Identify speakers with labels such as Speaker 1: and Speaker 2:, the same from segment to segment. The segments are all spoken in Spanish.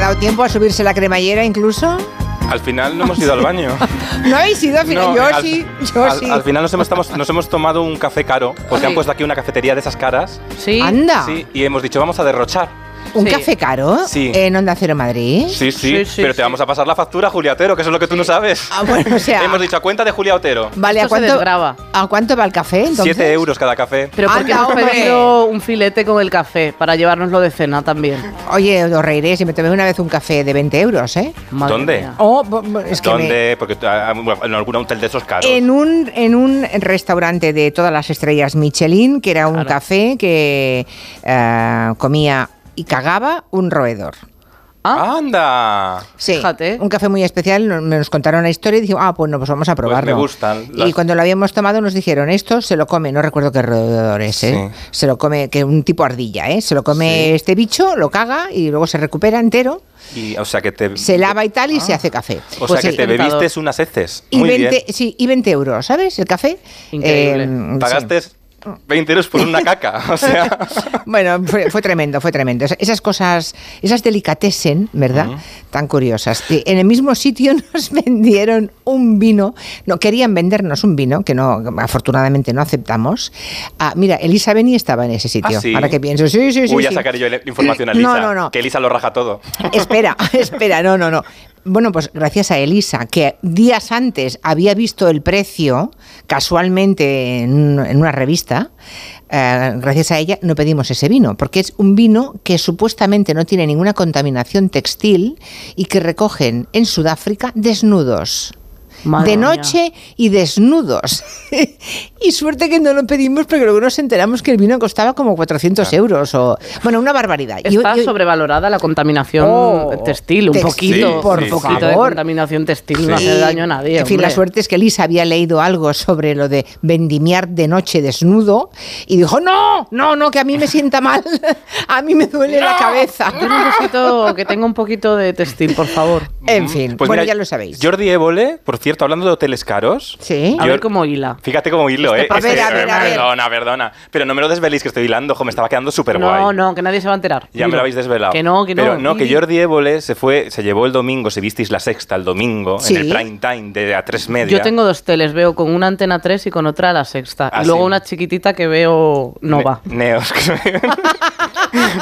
Speaker 1: dado tiempo a subirse la cremallera incluso?
Speaker 2: Al final no hemos ido al baño.
Speaker 1: No habéis ido al final.
Speaker 2: No,
Speaker 1: yo
Speaker 2: al-
Speaker 1: sí, yo
Speaker 2: al,
Speaker 1: sí.
Speaker 2: al final nos hemos, estamos- nos hemos tomado un café caro, porque
Speaker 3: Sí.
Speaker 2: han puesto aquí una cafetería de esas caras.
Speaker 3: Sí.
Speaker 1: Anda,
Speaker 2: Sí, y hemos dicho, vamos a derrochar.
Speaker 1: un
Speaker 3: Sí.
Speaker 1: café caro
Speaker 2: Sí.
Speaker 1: en Onda Cero Madrid.
Speaker 2: Sí, sí,
Speaker 3: Sí, sí,
Speaker 2: pero
Speaker 3: sí.
Speaker 2: te vamos a pasar la factura, Juliatero, que eso es lo que tú no sabes.
Speaker 1: Ah, bueno, o sea,
Speaker 2: Hemos dicho, a cuenta de Julia Otero.
Speaker 1: vale, ¿a
Speaker 3: Esto se
Speaker 1: cuánto,
Speaker 3: desgraba.
Speaker 1: ¿a cuánto va el café entonces?
Speaker 2: 7 euros cada café.
Speaker 3: Pero porque
Speaker 1: Anda,
Speaker 3: hemos
Speaker 1: hombre.
Speaker 3: pedido un filete con el café para llevárnoslo de cena también.
Speaker 1: Oye, os reiré si me tomé una vez un café de 20 euros, ¿eh?
Speaker 3: Madre
Speaker 2: ¿Dónde?
Speaker 3: mía.
Speaker 1: Oh, bo- bo- es que me-
Speaker 2: ¿Dónde? Porque ah, bueno, en algún hotel de esos caros.
Speaker 1: en un en un restaurante de todas las estrellas Michelin, que era un
Speaker 3: Claro.
Speaker 1: café que eh, comía y cagaba un roedor.
Speaker 3: Ah,
Speaker 2: ¡Anda!
Speaker 1: Sí,
Speaker 3: Fíjate.
Speaker 1: un café muy especial, no- me nos contaron la historia y dijimos, ah, bueno, pues vamos a probarlo.
Speaker 2: me gustan
Speaker 1: Y
Speaker 2: las-
Speaker 1: cuando lo habíamos tomado nos dijeron, esto se lo come, no recuerdo qué roedor es, ¿eh?
Speaker 2: Sí.
Speaker 1: se lo come, que un tipo ardilla, ¿eh? se lo come
Speaker 2: Sí.
Speaker 1: este bicho, lo caga y luego se recupera entero,
Speaker 2: Y, o sea que te.
Speaker 1: se lava y tal y se hace café.
Speaker 2: Ah. O
Speaker 1: Pues
Speaker 2: sea
Speaker 1: sí.
Speaker 2: que te
Speaker 3: Tentador.
Speaker 2: bebiste unas heces.
Speaker 1: Y
Speaker 2: Muy
Speaker 1: 20,
Speaker 2: bien.
Speaker 1: sí, y 20 euros, ¿sabes? El café. em,
Speaker 3: Increíble.
Speaker 1: sí.
Speaker 2: Pagaste 20 euros por una caca. O sea.
Speaker 1: Bueno, fue, fue tremendo, fue tremendo. Es- Esas cosas, esas delicatessen, ¿verdad? Tan curiosas. Y en el mismo sitio nos vendieron un vino, no querían vendernos un vino, que no, afortunadamente no aceptamos. Ah, mira, Elisa Beni estaba en ese sitio.
Speaker 2: ¿Ah, sí?
Speaker 1: Ahora que pienso, sí, sí, sí.
Speaker 2: Uy, ya
Speaker 1: sí.
Speaker 2: sacaré yo la información a
Speaker 1: No,
Speaker 2: Elisa.
Speaker 1: no, no.
Speaker 2: Que Elisa lo raja todo.
Speaker 1: Espera, espera, no, no, no. Bueno, pues gracias a Elisa, que días antes había visto el precio casualmente en, un- en una revista, eh, gracias a ella no pedimos ese vino, porque es un vino que supuestamente no tiene ninguna contaminación textil y que recogen en Sudáfrica desnudos.
Speaker 3: Madre
Speaker 1: de
Speaker 3: mía.
Speaker 1: noche y desnudos. y suerte que no lo pedimos porque luego nos enteramos que el vino costaba como 400 euros o... Bueno, una barbaridad. Y-
Speaker 3: Está
Speaker 1: y-
Speaker 3: sobrevalorada la contaminación
Speaker 1: Oh,
Speaker 3: textil, un
Speaker 1: textil,
Speaker 3: poquito.
Speaker 2: por
Speaker 3: un poquito
Speaker 1: favor.
Speaker 3: de contaminación textil no
Speaker 2: Sí.
Speaker 3: hace daño a nadie.
Speaker 1: En fin, la
Speaker 3: hombre.
Speaker 1: suerte es que Lisa había leído algo sobre lo de vendimiar de noche desnudo y dijo, no, no, no, que a mí me sienta mal, a mí me duele la cabeza.
Speaker 3: Yo necesito que tenga un poquito de textil, por favor.
Speaker 1: En fin,
Speaker 2: Pues
Speaker 1: bueno, ya
Speaker 2: mira,
Speaker 1: lo sabéis.
Speaker 2: Jordi Évole, por cierto, hablando de hoteles caros.
Speaker 1: sí.
Speaker 3: A
Speaker 2: Yo-
Speaker 3: ver cómo hila.
Speaker 2: Fíjate cómo hilo,
Speaker 3: Este
Speaker 2: ¿eh?
Speaker 3: pa-
Speaker 1: A ver, a ver, a ver.
Speaker 2: Perdona, perdona. Pero no me lo desveléis que estoy hilando, jo, me estaba quedando súper guay.
Speaker 3: No, no, que nadie se va a enterar.
Speaker 2: Ya me
Speaker 3: Dilo.
Speaker 2: lo habéis desvelado.
Speaker 3: Que no, que no.
Speaker 2: Pero no, que
Speaker 3: Dilo.
Speaker 2: Jordi Évole se fue, se llevó el domingo, se visteis la sexta el domingo,
Speaker 1: Sí.
Speaker 2: en el prime time de a tres media.
Speaker 3: Yo tengo dos teles, veo con una antena 3 y con otra la sexta.
Speaker 2: Ah,
Speaker 3: y luego
Speaker 2: sí.
Speaker 3: una chiquitita que veo no
Speaker 2: Ne-
Speaker 3: va.
Speaker 2: Neos.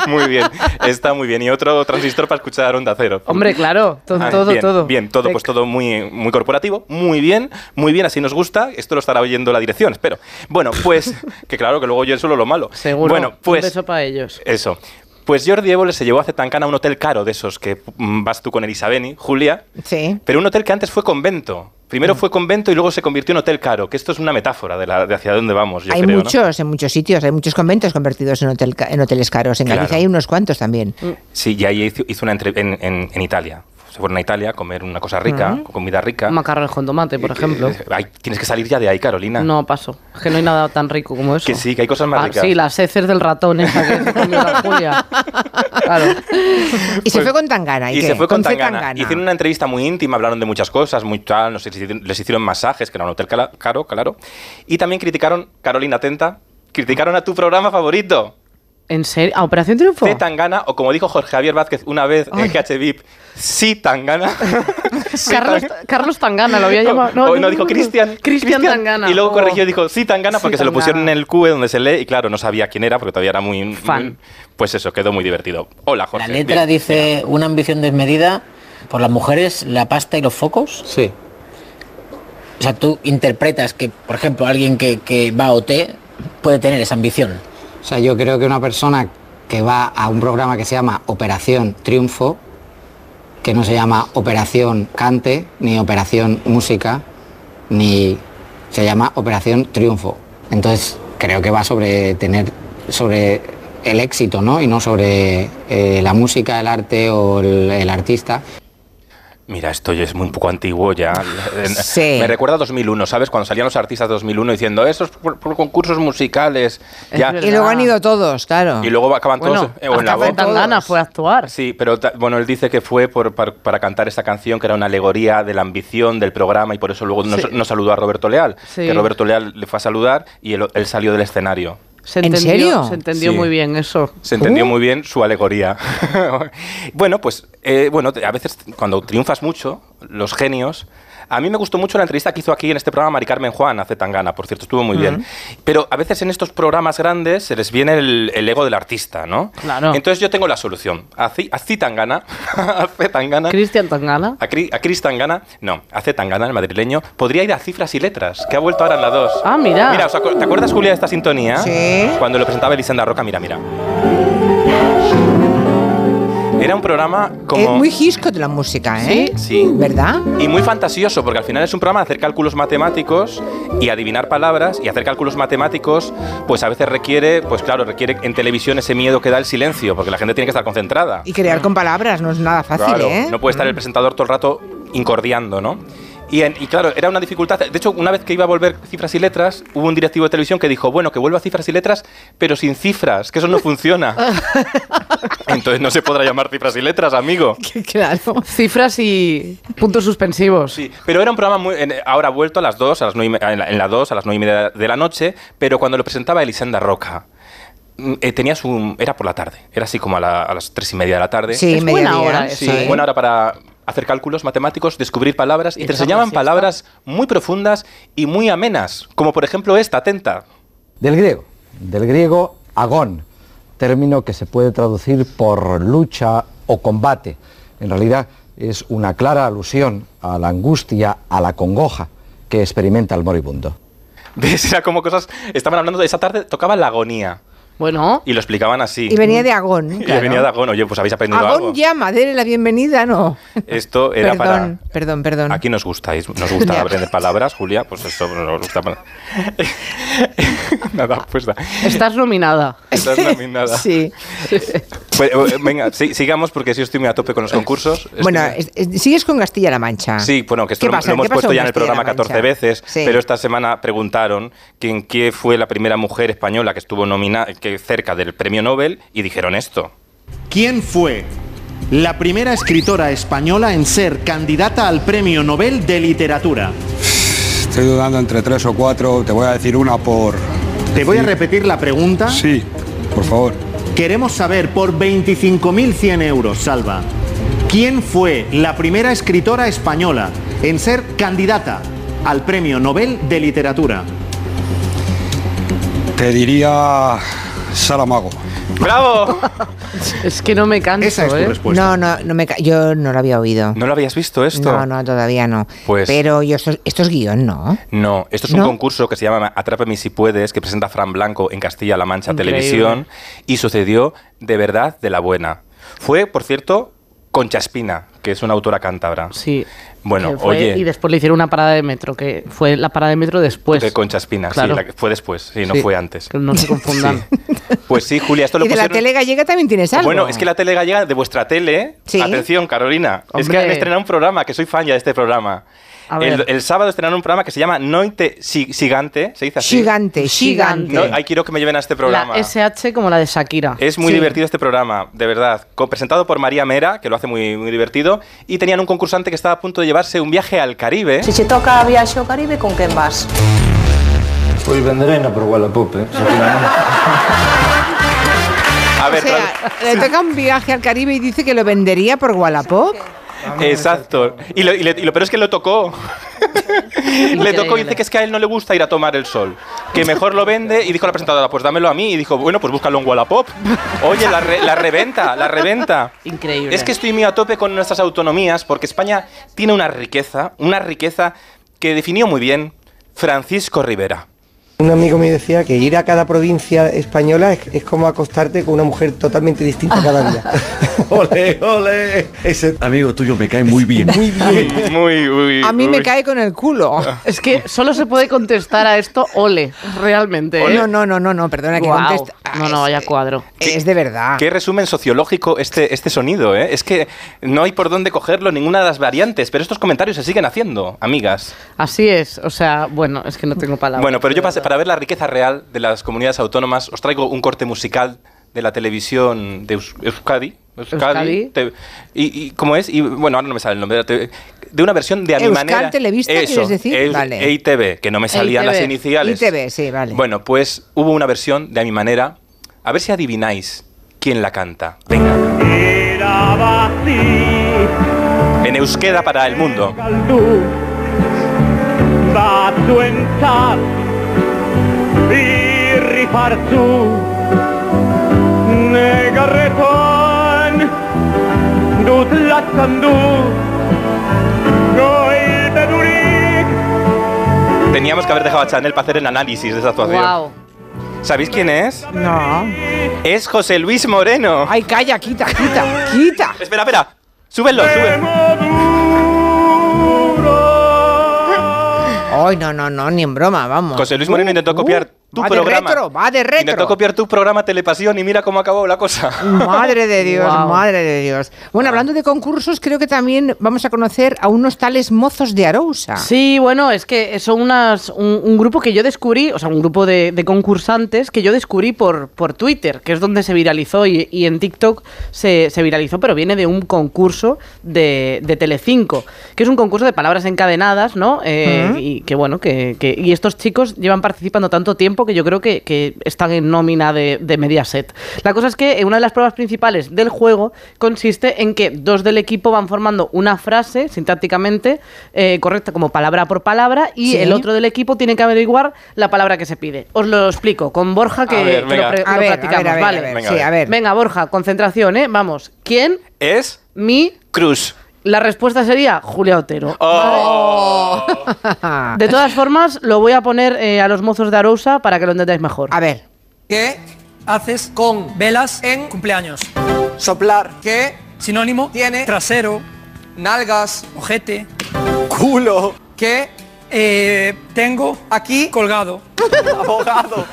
Speaker 2: muy bien, está muy bien. Y otro transistor para escuchar Onda Cero.
Speaker 3: Hombre, claro, to-
Speaker 2: Ah,
Speaker 3: todo,
Speaker 2: bien,
Speaker 3: todo.
Speaker 2: Bien, todo, pues todo muy, muy corporativo, muy bien, muy bien, así nos gusta. Esto lo estará oyendo la dirección, espero. Bueno, pues, que claro, que luego yo solo lo malo.
Speaker 3: Seguro.
Speaker 2: Bueno,
Speaker 3: Un
Speaker 2: pues,
Speaker 3: beso para ellos.
Speaker 2: eso. Pues Jordi Évole se llevó a Cetancana a un hotel caro de esos que mm, vas tú con Elisabeni, Julia,
Speaker 1: Sí.
Speaker 2: pero un hotel que antes fue convento.
Speaker 3: Mm.
Speaker 2: Primero fue convento y luego se convirtió en hotel caro, que esto es una metáfora de, la, de hacia dónde vamos, yo
Speaker 1: Hay
Speaker 2: creo, ¿no?
Speaker 1: muchos, en muchos sitios, hay muchos conventos convertidos en, hotel, ca- en hoteles caros. En
Speaker 2: Claro.
Speaker 1: Galicia hay unos cuantos también.
Speaker 2: Sí, y ahí hizo, hizo una entrevista en, en- en Italia. Se fueron a Italia a comer una cosa rica, comida rica.
Speaker 3: Macarrones con tomate, Mm. por ejemplo.
Speaker 2: Eh, ay, tienes que salir ya de ahí, Carolina.
Speaker 3: No, paso. Es que no hay nada tan rico como eso.
Speaker 2: Que sí, que hay cosas más
Speaker 3: Ah,
Speaker 2: ricas.
Speaker 3: sí, las heces del ratón esa que se comió la Julia. Claro.
Speaker 1: Y se fue con Tangana. ¿y
Speaker 2: Pues, Y
Speaker 1: qué?
Speaker 2: se fue con Tangana.
Speaker 1: Zetangana.
Speaker 2: Hicieron una entrevista muy íntima, hablaron de muchas cosas, muy tal, no sé, les hicieron- les hicieron masajes, que era un hotel cala- caro, claro. Y también criticaron, Carolina Atenta, criticaron a tu programa favorito,
Speaker 3: ¿En serio? ¿A Operación Triunfo?
Speaker 2: C. Tangana, o como dijo Jorge Javier Vázquez una vez en GH VIP, sí Tangana. Sí,
Speaker 3: Carlos,
Speaker 2: Tangana.
Speaker 3: Carlos Tangana lo había
Speaker 2: O-
Speaker 3: llamado.
Speaker 2: o no, dijo Cristian.
Speaker 3: Cristian Tangana.
Speaker 2: Y luego
Speaker 3: Oh.
Speaker 2: corrigió y dijo, sí, Tangana,
Speaker 3: Sí,
Speaker 2: porque se lo
Speaker 3: Tangana.
Speaker 2: pusieron en el QE donde se lee y claro, no sabía quién era porque todavía era muy... muy-
Speaker 3: Fan.
Speaker 2: pues eso, quedó muy divertido. Hola, Jorge.
Speaker 4: La letra
Speaker 2: Bien.
Speaker 4: dice una ambición desmedida por las mujeres, la pasta y los focos.
Speaker 5: Sí.
Speaker 4: O sea, tú interpretas que, por ejemplo, alguien que, que va a OT puede tener esa ambición.
Speaker 5: O sea, yo creo que una persona que va a un programa que se llama Operación Triunfo, que no se llama Operación Cante, ni Operación Música, ni se llama Operación Triunfo. Entonces, creo que va sobre tener sobre el éxito, ¿no? Y no sobre eh, la música, el arte o el- el artista.
Speaker 2: Mira, esto ya es muy un poco antiguo ya.
Speaker 1: Sí.
Speaker 2: Me recuerda a 2001, ¿sabes? Cuando salían los artistas de 2001 diciendo, esos por, por concursos musicales.
Speaker 3: Es
Speaker 2: ya.
Speaker 3: verdad.
Speaker 1: Y luego han ido todos, claro.
Speaker 2: Y luego acaban todos
Speaker 3: Oh. Bueno,
Speaker 2: eh, o en la
Speaker 3: hasta C.
Speaker 2: voz.
Speaker 3: Tangana fue a actuar.
Speaker 2: Sí, pero ta- bueno, él dice que fue por, par- para, cantar esta canción que era una alegoría de la ambición del programa y por eso luego no,
Speaker 3: Sí.
Speaker 2: no saludó a Roberto Leal.
Speaker 3: Sí.
Speaker 2: Que Roberto Leal le fue a saludar y él, él salió del escenario.
Speaker 3: Se
Speaker 1: ¿En
Speaker 3: entendió,
Speaker 1: serio?
Speaker 3: Se entendió
Speaker 2: Sí.
Speaker 3: muy bien eso.
Speaker 2: Se entendió
Speaker 1: Uh.
Speaker 2: muy bien su alegoría. bueno, pues eh, bueno, te- a veces cuando triunfas mucho, los genios. A mí me gustó mucho la entrevista que hizo aquí en este programa Mari Carmen Juan hace Tangana, por cierto, estuvo muy bien. Pero a veces en estos programas grandes se les viene el, el ego del artista, ¿no?
Speaker 3: Claro.
Speaker 2: Entonces yo tengo la solución. Así, así Tangana, hace Tangana.
Speaker 3: Cristian Tangana.
Speaker 2: A, Cri- a Cris Tangana, no, hace Tangana, el madrileño, podría ir a cifras y letras, que ha vuelto ahora en la 2.
Speaker 3: Ah, mira.
Speaker 2: Mira, ¿os acu- ¿te acuerdas, Julia, de esta sintonía?
Speaker 1: Sí.
Speaker 2: Cuando lo presentaba Elisenda Roca, mira, mira. Era un programa como.
Speaker 1: Es muy Hitchcock la música, ¿eh?
Speaker 2: Sí.
Speaker 1: ¿Verdad?
Speaker 2: Y muy fantasioso, porque al final es un programa de hacer cálculos matemáticos y adivinar palabras, y hacer cálculos matemáticos, pues a veces requiere, pues claro, requiere en televisión ese miedo que da el silencio, porque la gente tiene que estar concentrada.
Speaker 1: Y crear con palabras no es nada fácil,
Speaker 2: Claro,
Speaker 1: ¿eh?
Speaker 2: No puede estar el presentador todo el rato incordiando, ¿no? Y, en- y claro, era una dificultad. De hecho, una vez que iba a volver cifras y letras, hubo un directivo de televisión que dijo, bueno, que vuelva a cifras y letras, pero sin cifras, que eso no funciona. Entonces no se podrá llamar cifras y letras, amigo.
Speaker 1: claro.
Speaker 3: Cifras y puntos suspensivos.
Speaker 2: Sí, pero era un programa muy. en- ahora vuelto a las 2, a las nueve y me- en la- en las 2, a las 9 y media de la noche, pero cuando lo presentaba Elisenda Roca. mm, eh, tenía su- era por la tarde, era así como a, la- a las 3 y media de la tarde.
Speaker 1: Sí,
Speaker 3: Es
Speaker 1: mediodía.
Speaker 3: buena hora
Speaker 2: Este. Sí,
Speaker 3: esa, ¿eh?
Speaker 2: buena hora para hacer cálculos matemáticos, descubrir palabras y te
Speaker 3: Echar la
Speaker 2: enseñaban
Speaker 3: siesta.
Speaker 2: palabras muy profundas y muy amenas, como por ejemplo esta, atenta.
Speaker 6: Del griego, del griego agón, término que se puede traducir por lucha o combate. En realidad es una clara alusión a la angustia, a la congoja que experimenta el moribundo.
Speaker 2: ¿Ves? Era como cosas, estaban hablando de esa tarde, tocaba la agonía
Speaker 3: Bueno,
Speaker 2: y lo explicaban así.
Speaker 1: Y venía de Agón.
Speaker 2: Mm. Y
Speaker 1: claro.
Speaker 2: venía de agón, oye, pues habéis aprendido algo.
Speaker 1: Agón llama, dele la bienvenida, no.
Speaker 2: Esto era
Speaker 1: perdón,
Speaker 2: para...
Speaker 1: perdón, perdón.
Speaker 2: Aquí nos gustáis, nos gusta
Speaker 1: Ya.
Speaker 2: aprender palabras, Julia, pues eso nos gusta. para- Nada, pues da.
Speaker 3: estás nominada.
Speaker 2: Estás nominada.
Speaker 1: Sí.
Speaker 2: Pues, eh, venga, sí, sigamos porque si estoy muy a tope con los concursos.
Speaker 1: Bueno,
Speaker 2: Estoy-
Speaker 1: es- es- sigues con Castilla-La Mancha.
Speaker 2: Este Sí, bueno, que
Speaker 1: Ah.
Speaker 2: esto
Speaker 1: ¿Qué
Speaker 2: lo,
Speaker 1: pasa?
Speaker 2: lo hemos
Speaker 1: ¿Qué pasó
Speaker 2: puesto
Speaker 1: en
Speaker 2: ya en el programa
Speaker 1: Castilla-La
Speaker 2: 14
Speaker 1: Mancha?
Speaker 2: veces,
Speaker 1: Sí.
Speaker 2: pero esta semana preguntaron que en qué fue la primera mujer española que estuvo nominada que cerca del premio Nobel y dijeron esto.
Speaker 7: ¿Quién fue la primera escritora española en ser candidata al Premio Nobel de Literatura?
Speaker 8: Estoy dudando entre tres o cuatro, te voy a decir una por...
Speaker 7: Te voy a repetir la pregunta.
Speaker 8: Sí, por favor.
Speaker 7: Queremos saber por 25.100 euros, Salva, ¿quién fue la primera escritora española en ser candidata al Premio Nobel de Literatura?
Speaker 8: Te diría Saramago.
Speaker 2: ¡Bravo!
Speaker 3: Es que no me canso,
Speaker 7: Esa es tu
Speaker 3: ¿eh?
Speaker 7: respuesta.
Speaker 1: No, no, no me ca- yo no lo había oído.
Speaker 2: ¿No lo habías visto esto?
Speaker 1: No, no, todavía no.
Speaker 2: Pues-
Speaker 1: Pero yo esto, esto es guión, ¿no.
Speaker 2: No, esto es un
Speaker 1: ¿No?
Speaker 2: concurso que se llama Atrápame si puedes, que presenta Fran Blanco en Castilla-La Mancha
Speaker 3: Increíble.
Speaker 2: Televisión y sucedió de verdad de la buena. Fue, por cierto, Concha Espina, que es una autora cántabra.
Speaker 3: Sí.
Speaker 2: Bueno,
Speaker 3: Que fue-
Speaker 2: oye.
Speaker 3: Y después le hicieron una parada de metro, que fue la parada de metro después.
Speaker 2: de Concha Espina,
Speaker 3: Claro.
Speaker 2: sí, la que fue después, sí, no
Speaker 3: Sí,
Speaker 2: fue antes.
Speaker 3: Que no se confundan.
Speaker 2: Sí. Pues sí, Julia, esto lo
Speaker 1: Y de la
Speaker 2: pusieron-
Speaker 1: tele gallega también tienes algo.
Speaker 2: Bueno, es que la tele gallega de vuestra tele.
Speaker 1: Sí.
Speaker 2: Atención, Carolina. Es que
Speaker 3: Hombre.
Speaker 2: han estrenado un programa, que soy fan ya de este programa.
Speaker 3: A
Speaker 2: El,
Speaker 3: ver.
Speaker 2: el sábado estrenaron un programa que se llama Noite Si- Gigante. ¿Se dice así?
Speaker 1: Gigante,
Speaker 3: Gigante.
Speaker 1: gigante.
Speaker 2: No, ahí quiero que me lleven a este programa.
Speaker 3: la SH como la de Shakira.
Speaker 2: Es muy
Speaker 3: Sí.
Speaker 2: divertido este programa, de verdad. Co- presentado por María Mera, que lo hace muy, muy divertido. Y tenían un concursante que estaba a punto de llevarse un viaje al Caribe.
Speaker 9: Si te toca viaje ao Caribe, con quen vas?
Speaker 10: Pois venderena por Wallapop, eh? seguramente.
Speaker 2: A
Speaker 1: O
Speaker 2: ver,
Speaker 1: sea,
Speaker 2: tra-
Speaker 1: le toca un viaje al Caribe y dice que lo vendería por Wallapop.
Speaker 2: Exacto. Y lo, y le- y lo peor es que lo tocó. le tocó y
Speaker 3: Increíble.
Speaker 2: dice que es que a él no le gusta ir a tomar el sol. Que mejor lo vende y dijo la presentadora, pues dámelo a mí. Y dijo, bueno, pues búscalo en Wallapop. Oye, la, re- la reventa, la reventa.
Speaker 3: Increíble.
Speaker 2: Es que estoy mío a tope con nuestras autonomías porque España tiene una riqueza, una riqueza que definió muy bien Francisco Rivera.
Speaker 11: Un amigo me decía que ir a cada provincia española es, es como acostarte con una mujer totalmente distinta cada día.
Speaker 10: Ole, ole. Ese amigo tuyo me cae muy bien.
Speaker 11: Muy bien.
Speaker 2: Muy, muy,
Speaker 1: A mí me
Speaker 2: muy-
Speaker 1: cae con el culo. Oh,
Speaker 3: Es que solo se puede contestar a esto ole, realmente. ¿eh?
Speaker 1: No, no, no, no, no, perdona que
Speaker 3: Guau.
Speaker 1: contesta. Ah,
Speaker 3: No, no,
Speaker 1: es-
Speaker 3: vaya cuadro.
Speaker 1: Es de verdad.
Speaker 2: Qué resumen sociológico este, este sonido, ¿eh? Es que no hay por dónde cogerlo ninguna de las variantes, pero estos comentarios se siguen haciendo, amigas.
Speaker 3: ¿eh? Así es. O sea, bueno, es que no tengo palabras.
Speaker 2: Bueno, pero yo
Speaker 3: de
Speaker 2: pasé, para ver la riqueza real de las comunidades autónomas, os traigo un corte musical de la televisión de Eus- Euskadi, Euskadi. te- y, y cómo es, y bueno, ahora no me sale el nombre. te- de una versión de A Mi
Speaker 1: Euskal
Speaker 2: Manera.
Speaker 1: Televista,
Speaker 2: eso, E
Speaker 1: ¿quieres decir?
Speaker 2: Eus-
Speaker 1: Vale. E
Speaker 2: EITB, que no me salían las
Speaker 1: ITV.
Speaker 2: iniciales.
Speaker 1: ITV, sí, vale.
Speaker 2: Bueno, pues hubo una versión de A Mi Manera. A ver si adivináis quién la canta. Venga. En euskera para el mundo.
Speaker 12: Batuentzat Birri partzu Negarretan Dut latzan du Goite durik
Speaker 2: Teníamos que haber dejado a Chanel para hacer el análisis de esa actuación.
Speaker 3: Guau.
Speaker 2: ¿Sabéis quién es?
Speaker 1: No.
Speaker 2: Es José Luis Moreno.
Speaker 1: Ay, calla, quita, quita, quita.
Speaker 2: Espera, espera. Súbelo, súbelo.
Speaker 1: Ay, no, no, no, ni en broma, vamos.
Speaker 2: José Luis Moreno intentó copiar tu
Speaker 1: va de
Speaker 2: programa.
Speaker 1: retro, va de retro.
Speaker 2: Intentó copiar tu programa Telepasión y mira cómo acabó la cosa.
Speaker 1: Madre de Dios,
Speaker 2: Guau.
Speaker 1: madre de Dios. Bueno, hablando de concursos, creo que también vamos a conocer a unos tales mozos de Arousa.
Speaker 3: Sí, bueno, es que son unas, un, un grupo que yo descubrí, o sea, un grupo de, de concursantes que yo descubrí por, por Twitter, que es donde se viralizó y, y en TikTok se, se viralizó, pero viene de un concurso de, de Telecinco, que es un concurso de palabras encadenadas, ¿no? Eh,
Speaker 13: Ujú.
Speaker 3: Y que bueno, que, que- y estos chicos llevan participando tanto tiempo que yo creo que, que están en nómina de, de Mediaset. La cosa es que eh, una de las pruebas principales del juego consiste en que dos del equipo van formando una frase sintácticamente eh, correcta como palabra por palabra y
Speaker 1: Sí.
Speaker 3: el otro del equipo tiene que averiguar la palabra que se pide. Os lo explico con Borja que,
Speaker 2: A ver,
Speaker 3: que
Speaker 2: venga.
Speaker 3: lo, pre-
Speaker 2: A
Speaker 3: lo
Speaker 2: ver, a
Speaker 3: practicamos,
Speaker 2: ver, a ver,
Speaker 3: ¿vale?
Speaker 2: a ver, Venga, sí, a a ver. ver.
Speaker 3: Venga, Borja, concentración, ¿eh? Vamos. ¿Quién?
Speaker 2: Es
Speaker 3: Mi.
Speaker 2: Cruz.
Speaker 3: La respuesta sería Julia Otero.
Speaker 2: Oh.
Speaker 3: De todas formas, lo voy a poner eh, a los mozos de Arousa para que lo entendáis mejor.
Speaker 1: A ver.
Speaker 14: ¿Qué haces con velas en cumpleaños? Soplar. ¿Qué sinónimo tiene trasero, nalgas, ojete, culo? ¿Qué eh, tengo aquí colgado? Abogado.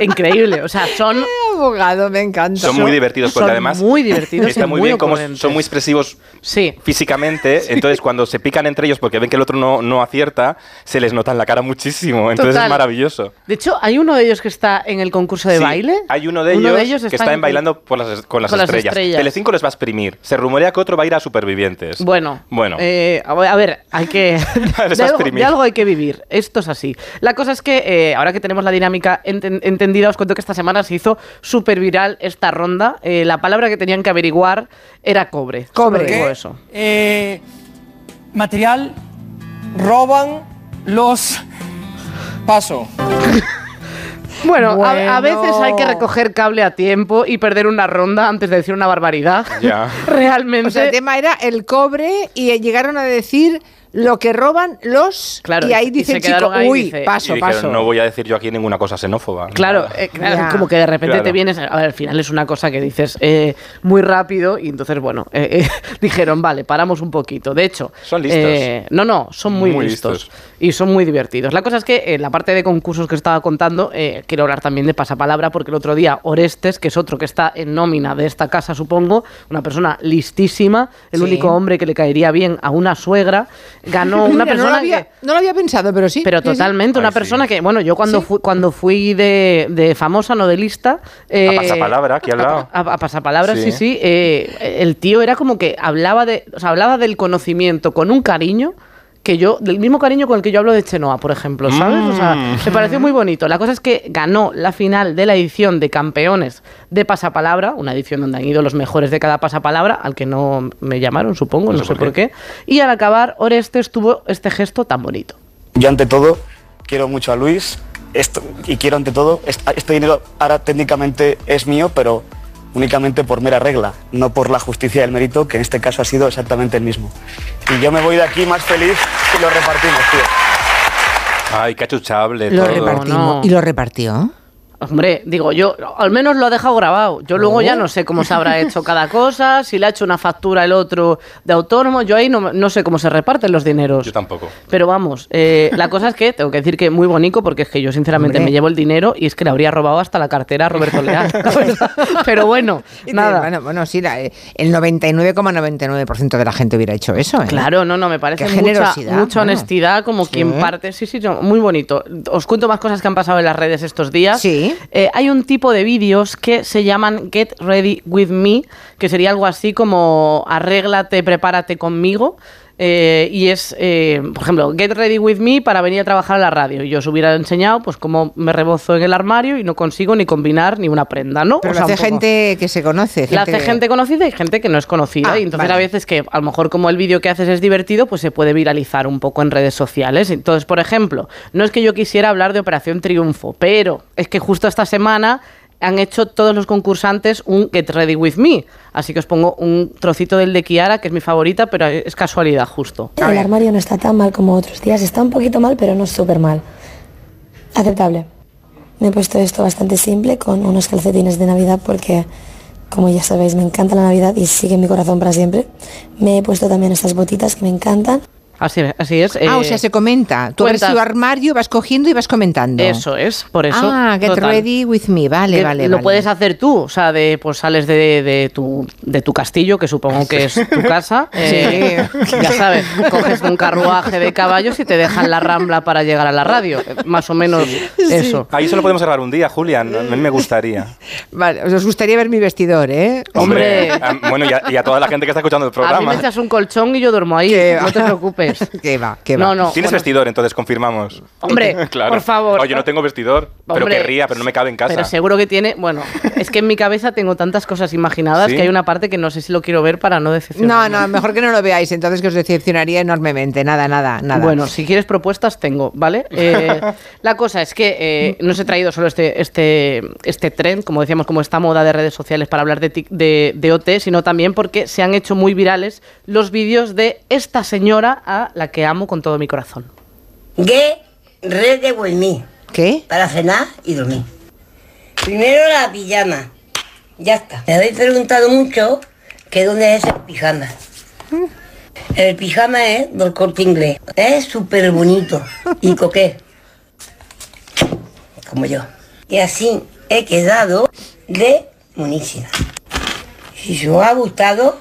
Speaker 3: Increíble, o sea, son...
Speaker 1: abogado, me encanta.
Speaker 2: Son muy divertidos porque
Speaker 3: son
Speaker 2: además
Speaker 3: muy divertidos y
Speaker 2: está muy,
Speaker 3: muy
Speaker 2: bien como
Speaker 3: ocurrentes.
Speaker 2: son muy expresivos
Speaker 3: Sí.
Speaker 2: físicamente, entonces cuando se pican entre ellos porque ven que el otro no, no acierta, se les nota en la cara muchísimo, entonces
Speaker 3: Total.
Speaker 2: es maravilloso.
Speaker 3: De hecho, hay uno de ellos que está en el concurso de
Speaker 2: Sí,
Speaker 3: baile.
Speaker 2: Hay uno de ellos, que está en
Speaker 3: el-
Speaker 2: bailando por las, con las
Speaker 3: con las
Speaker 2: estrellas.
Speaker 3: estrellas.
Speaker 2: Telecinco les va a exprimir. Se rumorea que otro va a ir a supervivientes.
Speaker 3: Bueno,
Speaker 2: Bueno.
Speaker 3: eh, a ver- a ver, hay que
Speaker 2: Les
Speaker 3: de,
Speaker 2: vas a
Speaker 3: algo,
Speaker 2: exprimir.
Speaker 3: de algo hay que vivir. Esto es así. La cosa es que eh, ahora que tenemos la dinámica enten- entendida, os cuento que esta semana se hizo súper viral esta ronda. Eh, la palabra que tenían que averiguar era cobre. Solo digo
Speaker 14: ¿Qué,
Speaker 3: eso.
Speaker 14: eh, material roban los paso.
Speaker 3: Bueno, a- A, veces hay que recoger cable a tiempo y perder una ronda antes de decir una barbaridad.
Speaker 2: Ya.
Speaker 3: Realmente.
Speaker 1: O sea, el tema era el cobre y eh, llegaron a decir lo que roban los.
Speaker 3: Claro,
Speaker 1: y ahí
Speaker 3: y
Speaker 1: dice
Speaker 3: se
Speaker 1: el chico,
Speaker 3: quedaron ahí,
Speaker 1: uy,
Speaker 3: dice-
Speaker 1: paso,
Speaker 2: y dijeron,
Speaker 1: paso.
Speaker 2: no voy a decir yo aquí ninguna cosa xenófoba.
Speaker 3: Claro, eh, claro,
Speaker 1: Ya.
Speaker 3: como que de repente
Speaker 2: Claro.
Speaker 3: te vienes. A ver, al final es una cosa que dices eh, muy rápido y entonces, bueno, eh, eh, dijeron, vale, paramos un poquito. De hecho,
Speaker 2: Son listos.
Speaker 3: eh, no, no, son muy,
Speaker 2: Muy
Speaker 3: listos,
Speaker 2: listos.
Speaker 3: y son muy divertidos. La cosa es que en la parte de concursos que estaba contando, eh, quiero hablar también de pasapalabra porque el otro día Orestes, que es otro que está en nómina de esta casa, supongo, una persona listísima, el
Speaker 1: Sí.
Speaker 3: único hombre que le caería bien a una suegra, ganó una
Speaker 1: Mira,
Speaker 3: persona
Speaker 1: no lo, había,
Speaker 3: que
Speaker 1: no lo había pensado, pero sí.
Speaker 3: pero
Speaker 1: sí, sí.
Speaker 3: totalmente una persona que bueno yo cuando fui cuando fui de, de famosa no de lista eh,
Speaker 2: A pasapalabra, aquí al lado.
Speaker 3: a, a pasapalabras
Speaker 2: Sí.
Speaker 3: sí sí, eh, el tío era como que hablaba de o sea, hablaba del conocimiento con un cariño que yo, del mismo cariño con el que yo hablo de Chenoa, por ejemplo, ¿sabes? O sea,
Speaker 2: Mm.
Speaker 3: me pareció muy bonito. La cosa es que ganó la final de la edición de campeones de pasapalabra, una edición donde han ido los mejores de cada pasapalabra, al que no me llamaron, supongo, no, sé por qué. Y al acabar, Orestes tuvo este gesto tan bonito.
Speaker 15: Yo ante todo quiero mucho a Luis esto, y quiero ante todo, est- este dinero ahora técnicamente es mío, pero únicamente por mera regla, no por la justicia del mérito, que en este caso ha sido exactamente el mismo. Y yo me voy de aquí más feliz que lo repartimos, tío.
Speaker 2: Ay, qué achuchable
Speaker 1: Lo
Speaker 2: todo.
Speaker 1: repartimos. ¿Y lo repartió?
Speaker 3: Hombre, digo yo, al menos lo ha dejado grabado. Yo luego ya no sé cómo se habrá hecho cada cosa, si le ha hecho una factura el otro de autónomo, yo ahí no, no sé cómo se reparten los dineros.
Speaker 2: Yo tampoco.
Speaker 3: Pero vamos, eh, la cosa es que tengo que decir que muy bonito porque es que yo sinceramente
Speaker 1: Hombre.
Speaker 3: me llevo el dinero y es que le habría robado hasta la cartera a Roberto Leal. la verdad. Pero bueno,
Speaker 1: Nada.
Speaker 3: nada.
Speaker 1: Bueno, bueno, sí, la- eh, el 99,99% de la gente hubiera hecho eso. ¿eh?
Speaker 3: Claro, no, no, me parece
Speaker 1: Qué
Speaker 3: mucha,
Speaker 1: generosidad,
Speaker 3: mucha
Speaker 1: bueno.
Speaker 3: honestidad, como
Speaker 1: Sí.
Speaker 3: quien parte. Sí, sí, no, muy bonito. Os cuento más cosas que han pasado en las redes estos días. Sí. eh, hay un tipo de vídeos que se llaman Get Ready With Me, que sería algo así como arréglate, prepárate conmigo. Eh, y es, eh, por ejemplo, Get Ready With Me para venir a trabajar a la radio. Y yo os hubiera enseñado pues cómo me rebozo en el armario y no consigo ni combinar ni una prenda, ¿no?
Speaker 1: Pero
Speaker 3: O sea,
Speaker 1: lo
Speaker 3: un
Speaker 1: hace
Speaker 3: poco-
Speaker 1: gente que se conoce.
Speaker 3: la
Speaker 1: gente
Speaker 3: hace
Speaker 1: que-
Speaker 3: gente conocida y gente que no es conocida.
Speaker 1: Ah,
Speaker 3: y entonces
Speaker 1: vale.
Speaker 3: a veces que a lo mejor como el vídeo que haces es divertido, pues se puede viralizar un poco en redes sociales. Entonces, por ejemplo, no es que yo quisiera hablar de Operación Triunfo, pero es que justo esta semana han hecho todos los concursantes un Get Ready With Me. Así que os pongo un trocito del de Kiara, que es mi favorita, pero es casualidad justo.
Speaker 1: Ah,
Speaker 13: El armario no está tan mal como otros días. Está un poquito mal, pero no súper mal. Aceptable. Me he puesto esto bastante simple con unos calcetines de Navidad porque, como ya sabéis, me encanta la Navidad y sigue en mi corazón para siempre. Me he puesto también estas botitas que me encantan.
Speaker 3: Así, así es.
Speaker 1: Ah, o
Speaker 3: eh,
Speaker 1: sea, se comenta. Tú abres
Speaker 3: cuentas.
Speaker 1: tu armario, vas cogiendo y vas comentando.
Speaker 3: Eso es, por eso.
Speaker 1: Ah, get
Speaker 3: total.
Speaker 1: ready with me. Vale,
Speaker 3: que
Speaker 1: vale,
Speaker 3: lo
Speaker 1: vale.
Speaker 3: puedes hacer tú, o sea, de, pues sales de, de tu, de tu castillo, que supongo que es tu casa. eh, Ya sabes, coges un carruaje de caballos y te dejan la rambla para llegar a la radio. eh, Más o menos eso.
Speaker 2: Ahí solo podemos grabar un día, Julián. A mí me gustaría.
Speaker 1: Vale, os gustaría ver mi vestidor, ¿eh?
Speaker 2: Hombre, a- bueno, y a, y a toda la gente que está escuchando el
Speaker 3: A mí me
Speaker 2: programa.
Speaker 3: echas un colchón y yo duermo ahí, no te preocupes.
Speaker 1: ¿Qué va? ¿Qué
Speaker 3: va? No, no,
Speaker 2: Tienes
Speaker 3: bueno.
Speaker 2: vestidor, entonces confirmamos.
Speaker 3: Hombre,
Speaker 2: Claro.
Speaker 3: por favor.
Speaker 2: No, yo no tengo vestidor, pero
Speaker 3: Hombre,
Speaker 2: querría, pero no me cabe en casa.
Speaker 3: Pero seguro que tiene, bueno, es que en mi cabeza tengo tantas cosas imaginadas
Speaker 2: ¿Sí?
Speaker 3: que hay una parte que no sé si lo quiero ver para no
Speaker 1: No,
Speaker 3: decepcionar.
Speaker 1: no, mejor que no lo veáis, entonces que os decepcionaría enormemente. Nada, nada, nada.
Speaker 3: Bueno, si quieres propuestas, tengo, ¿vale? Eh, la cosa es que eh, no os he traído solo este, este, este tren, como decíamos, como esta moda de redes sociales para hablar de, tic- de, de OT, sino también porque se han hecho muy virales los vídeos de esta señora a la que amo con todo mi corazón.
Speaker 16: Get ready with me.
Speaker 1: ¿Qué?
Speaker 16: Para cenar y dormir. Primero la pijama. Ya está. Me habéis preguntado mucho que dónde es el pijama. El pijama es del corte inglés. Es súper bonito y coqué. Como yo. Y así he quedado de monísima. Si os ha gustado,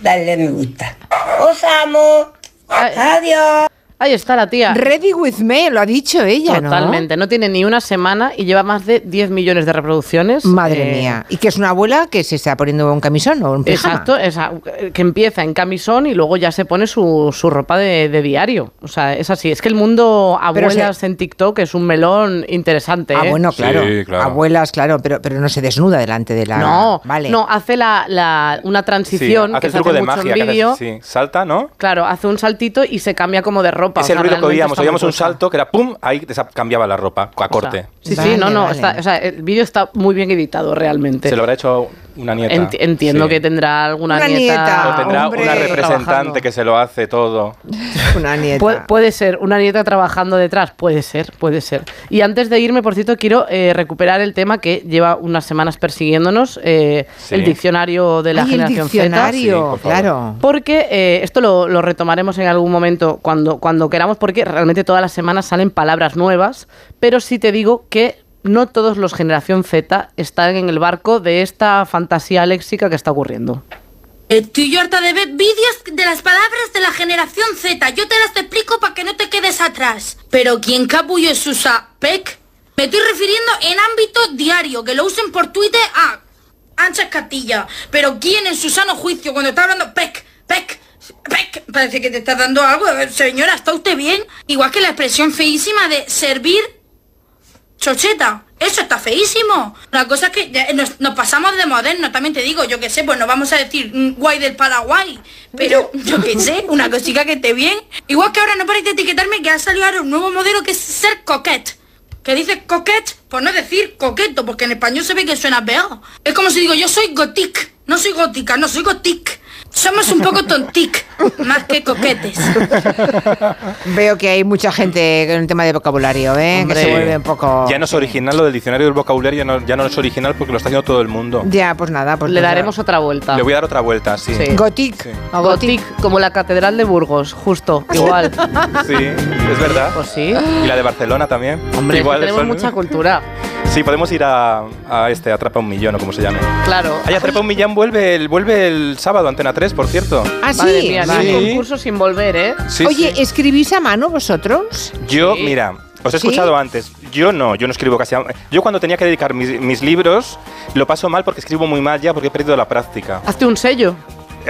Speaker 16: dale me gusta. Os amo. Adiós.
Speaker 3: Ahí está la tía.
Speaker 1: Ready with me, lo ha dicho ella, ¿no?
Speaker 3: Totalmente, ¿no? tiene ni una semana y lleva más de 10 millones de reproducciones.
Speaker 1: Madre
Speaker 3: Eh,
Speaker 1: mía. Y que es una abuela que se está poniendo un camisón o un pijama.
Speaker 3: Exacto, esa- que empieza en camisón y luego ya se pone su, su ropa de, de diario. O sea, es así. Es que el mundo
Speaker 1: Pero
Speaker 3: abuelas en TikTok es un melón interesante.
Speaker 1: Ah,
Speaker 3: ¿eh?
Speaker 1: bueno, claro. Abuelas, claro, pero, pero no se desnuda delante de la.
Speaker 3: No,
Speaker 1: vale.
Speaker 3: no, hace la, la- una
Speaker 2: Sí,
Speaker 3: transición
Speaker 2: hace
Speaker 3: que
Speaker 2: el
Speaker 3: se
Speaker 2: truco
Speaker 3: hace
Speaker 2: de
Speaker 3: mucho
Speaker 2: magia.
Speaker 3: en
Speaker 2: que haces-
Speaker 3: vídeo.
Speaker 2: sí, salta, ¿no?
Speaker 3: Claro, hace un saltito y se cambia como de ropa.
Speaker 2: es
Speaker 3: o sea,
Speaker 2: el ruido que
Speaker 3: realmente
Speaker 2: oíamos.
Speaker 3: está muy
Speaker 2: Oíamos un
Speaker 3: puesta.
Speaker 2: salto que era pum, ahí desa- cambiaba la ropa, a corte.
Speaker 3: Sí, sí, no, no. está- o sea, el vídeo está muy bien editado realmente.
Speaker 2: Se lo habrá hecho una nieta.
Speaker 3: Enti- entiendo
Speaker 2: Sí.
Speaker 3: que tendrá alguna
Speaker 1: Una
Speaker 3: nieta.
Speaker 2: O tendrá
Speaker 3: hombre,
Speaker 2: una representante
Speaker 3: trabajando.
Speaker 2: que se lo hace todo.
Speaker 1: Una nieta.
Speaker 3: Pu- puede ser, una nieta trabajando detrás, puede ser, puede ser. Y antes de irme, por cierto, quiero eh, recuperar el tema que lleva unas semanas persiguiéndonos, eh,
Speaker 1: Sí.
Speaker 3: el diccionario de la
Speaker 1: Ay, el
Speaker 3: generación
Speaker 1: diccionario, Sí, por favor.
Speaker 3: Z.
Speaker 1: claro.
Speaker 3: Porque eh, esto lo, lo retomaremos en algún momento cuando, cuando queramos, porque realmente todas las semanas salen palabras nuevas, pero sí te digo que no todos los generación Z están en el barco de esta fantasía léxica que está ocurriendo.
Speaker 17: Estoy yo harta de ver vídeos de las palabras de la generación Z. Yo te las explico para que no te quedes atrás. Pero quien capullo es usa PEC, me estoy refiriendo en ámbito diario, que lo usen por Twitter a anchas castillas. Pero quién en su sano juicio cuando está hablando PEC, PEC, PEC, parece que te está dando algo. A ver, Señora, ¿está usted bien? Igual que la expresión feísima de servir Chocheta, eso está feísimo. La cosa es que ya nos, nos pasamos de moderno, también te digo, yo que sé, pues nos vamos a decir mm, guay del Paraguay. Pero yo que sé, una cosita que esté bien. Igual que ahora no paréis de etiquetarme que ha salido ahora un nuevo modelo que es ser coquette. Que dice coquette, por no decir coqueto, porque en español se ve que suena peor. Es como si digo, yo soy gotic, no soy gótica, no soy gotic. Somos un poco tontic, más que coquetes.
Speaker 1: Veo que hay mucha gente con el tema de vocabulario, ¿eh? que se vuelve un poco.
Speaker 2: Ya no es original lo del diccionario del vocabulario, ya no, ya no es original porque lo está haciendo todo el mundo.
Speaker 1: Ya, pues nada, pues
Speaker 3: Le
Speaker 1: nada. Ah,
Speaker 3: daremos otra vuelta.
Speaker 2: Le voy a dar otra vuelta, sí.
Speaker 3: Sí.
Speaker 1: Gotic.
Speaker 3: O Gotic, como la Catedral de Burgos, justo, igual.
Speaker 2: Sí, es verdad.
Speaker 3: Pues sí.
Speaker 2: Y la de Barcelona también.
Speaker 3: Hombre, es que
Speaker 2: Igual
Speaker 3: tenemos
Speaker 2: son-
Speaker 3: mucha cultura,
Speaker 2: Sí, podemos ir a, a este, Atrapa un Millón o como se llame.
Speaker 3: claro.
Speaker 2: Ay, Atrapa un Millón vuelve el, vuelve el sábado, Antena 3, por cierto.
Speaker 1: Ah,
Speaker 3: Madre
Speaker 1: sí.
Speaker 3: mía, ni
Speaker 2: Sí.
Speaker 3: un concurso sin volver, ¿eh?
Speaker 2: Sí,
Speaker 1: Oye, ¿escribís a mano vosotros?
Speaker 2: Yo, mira, Os he
Speaker 1: ¿Sí?
Speaker 2: escuchado antes. Yo no, yo no escribo casi. a- Yo cuando tenía que dedicar mis, mis libros, lo paso mal porque escribo muy mal ya porque he perdido la práctica.
Speaker 3: Hazte un sello.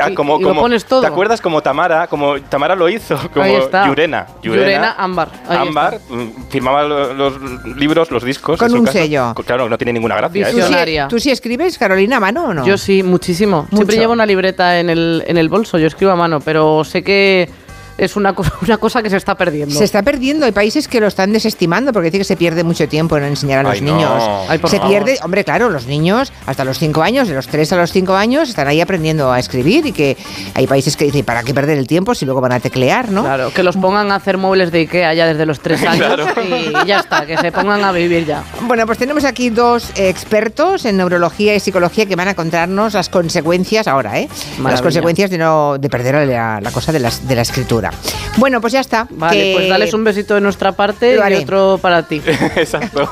Speaker 2: Ah,
Speaker 3: Y- y lo pones todo.
Speaker 2: ¿Te acuerdas como Tamara? Como Tamara lo hizo, como
Speaker 3: Ahí está.
Speaker 2: Yurena.
Speaker 3: Yurena Ámbar. Ahí
Speaker 2: Ámbar mm, firmaba lo- los, libros, los discos.
Speaker 1: Con
Speaker 2: en su
Speaker 1: un
Speaker 2: caso.
Speaker 1: sello.
Speaker 2: Co- Claro, no tiene ninguna gracia. ¿eh?
Speaker 1: ¿Tú
Speaker 2: eso.
Speaker 1: sí, ¿Tú sí escribes, Carolina, a mano o no?
Speaker 3: Yo sí, muchísimo. Siempre llevo una libreta en el, en el bolso, yo escribo a mano, pero sé que es una, co- una cosa que se está perdiendo.
Speaker 1: Se está perdiendo. Hay países que lo están desestimando porque dicen que se pierde mucho tiempo en enseñar a los
Speaker 3: Ay, no.
Speaker 1: niños.
Speaker 3: Ay, por
Speaker 1: se
Speaker 3: favor.
Speaker 1: pierde, hombre, claro, los niños hasta los 5 años, de los 3 a los 5 años, están ahí aprendiendo a escribir y que hay países que dicen, ¿para qué perder el tiempo si luego van a teclear, no?
Speaker 3: Claro, que los pongan a hacer muebles de Ikea ya desde los tres años
Speaker 1: Claro.
Speaker 3: y ya está, que se pongan a vivir ya.
Speaker 1: Bueno, pues tenemos aquí dos eh, expertos en neurología y psicología que van a contarnos las consecuencias ahora, ¿eh? Las
Speaker 3: Maravilla.
Speaker 1: consecuencias de no de perder la, la cosa de la, de la escritura. Bueno, pues ya está.
Speaker 3: Vale,
Speaker 1: que-
Speaker 3: pues dales un besito de nuestra parte
Speaker 1: Lo
Speaker 3: y
Speaker 1: haré.
Speaker 3: otro para ti.
Speaker 2: Exacto.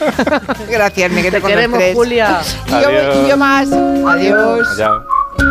Speaker 1: Gracias, me quedé
Speaker 3: Te
Speaker 1: con los
Speaker 3: queremos,
Speaker 1: tres.
Speaker 3: Julia.
Speaker 1: Y yo, y yo más. Adiós.
Speaker 2: Chao.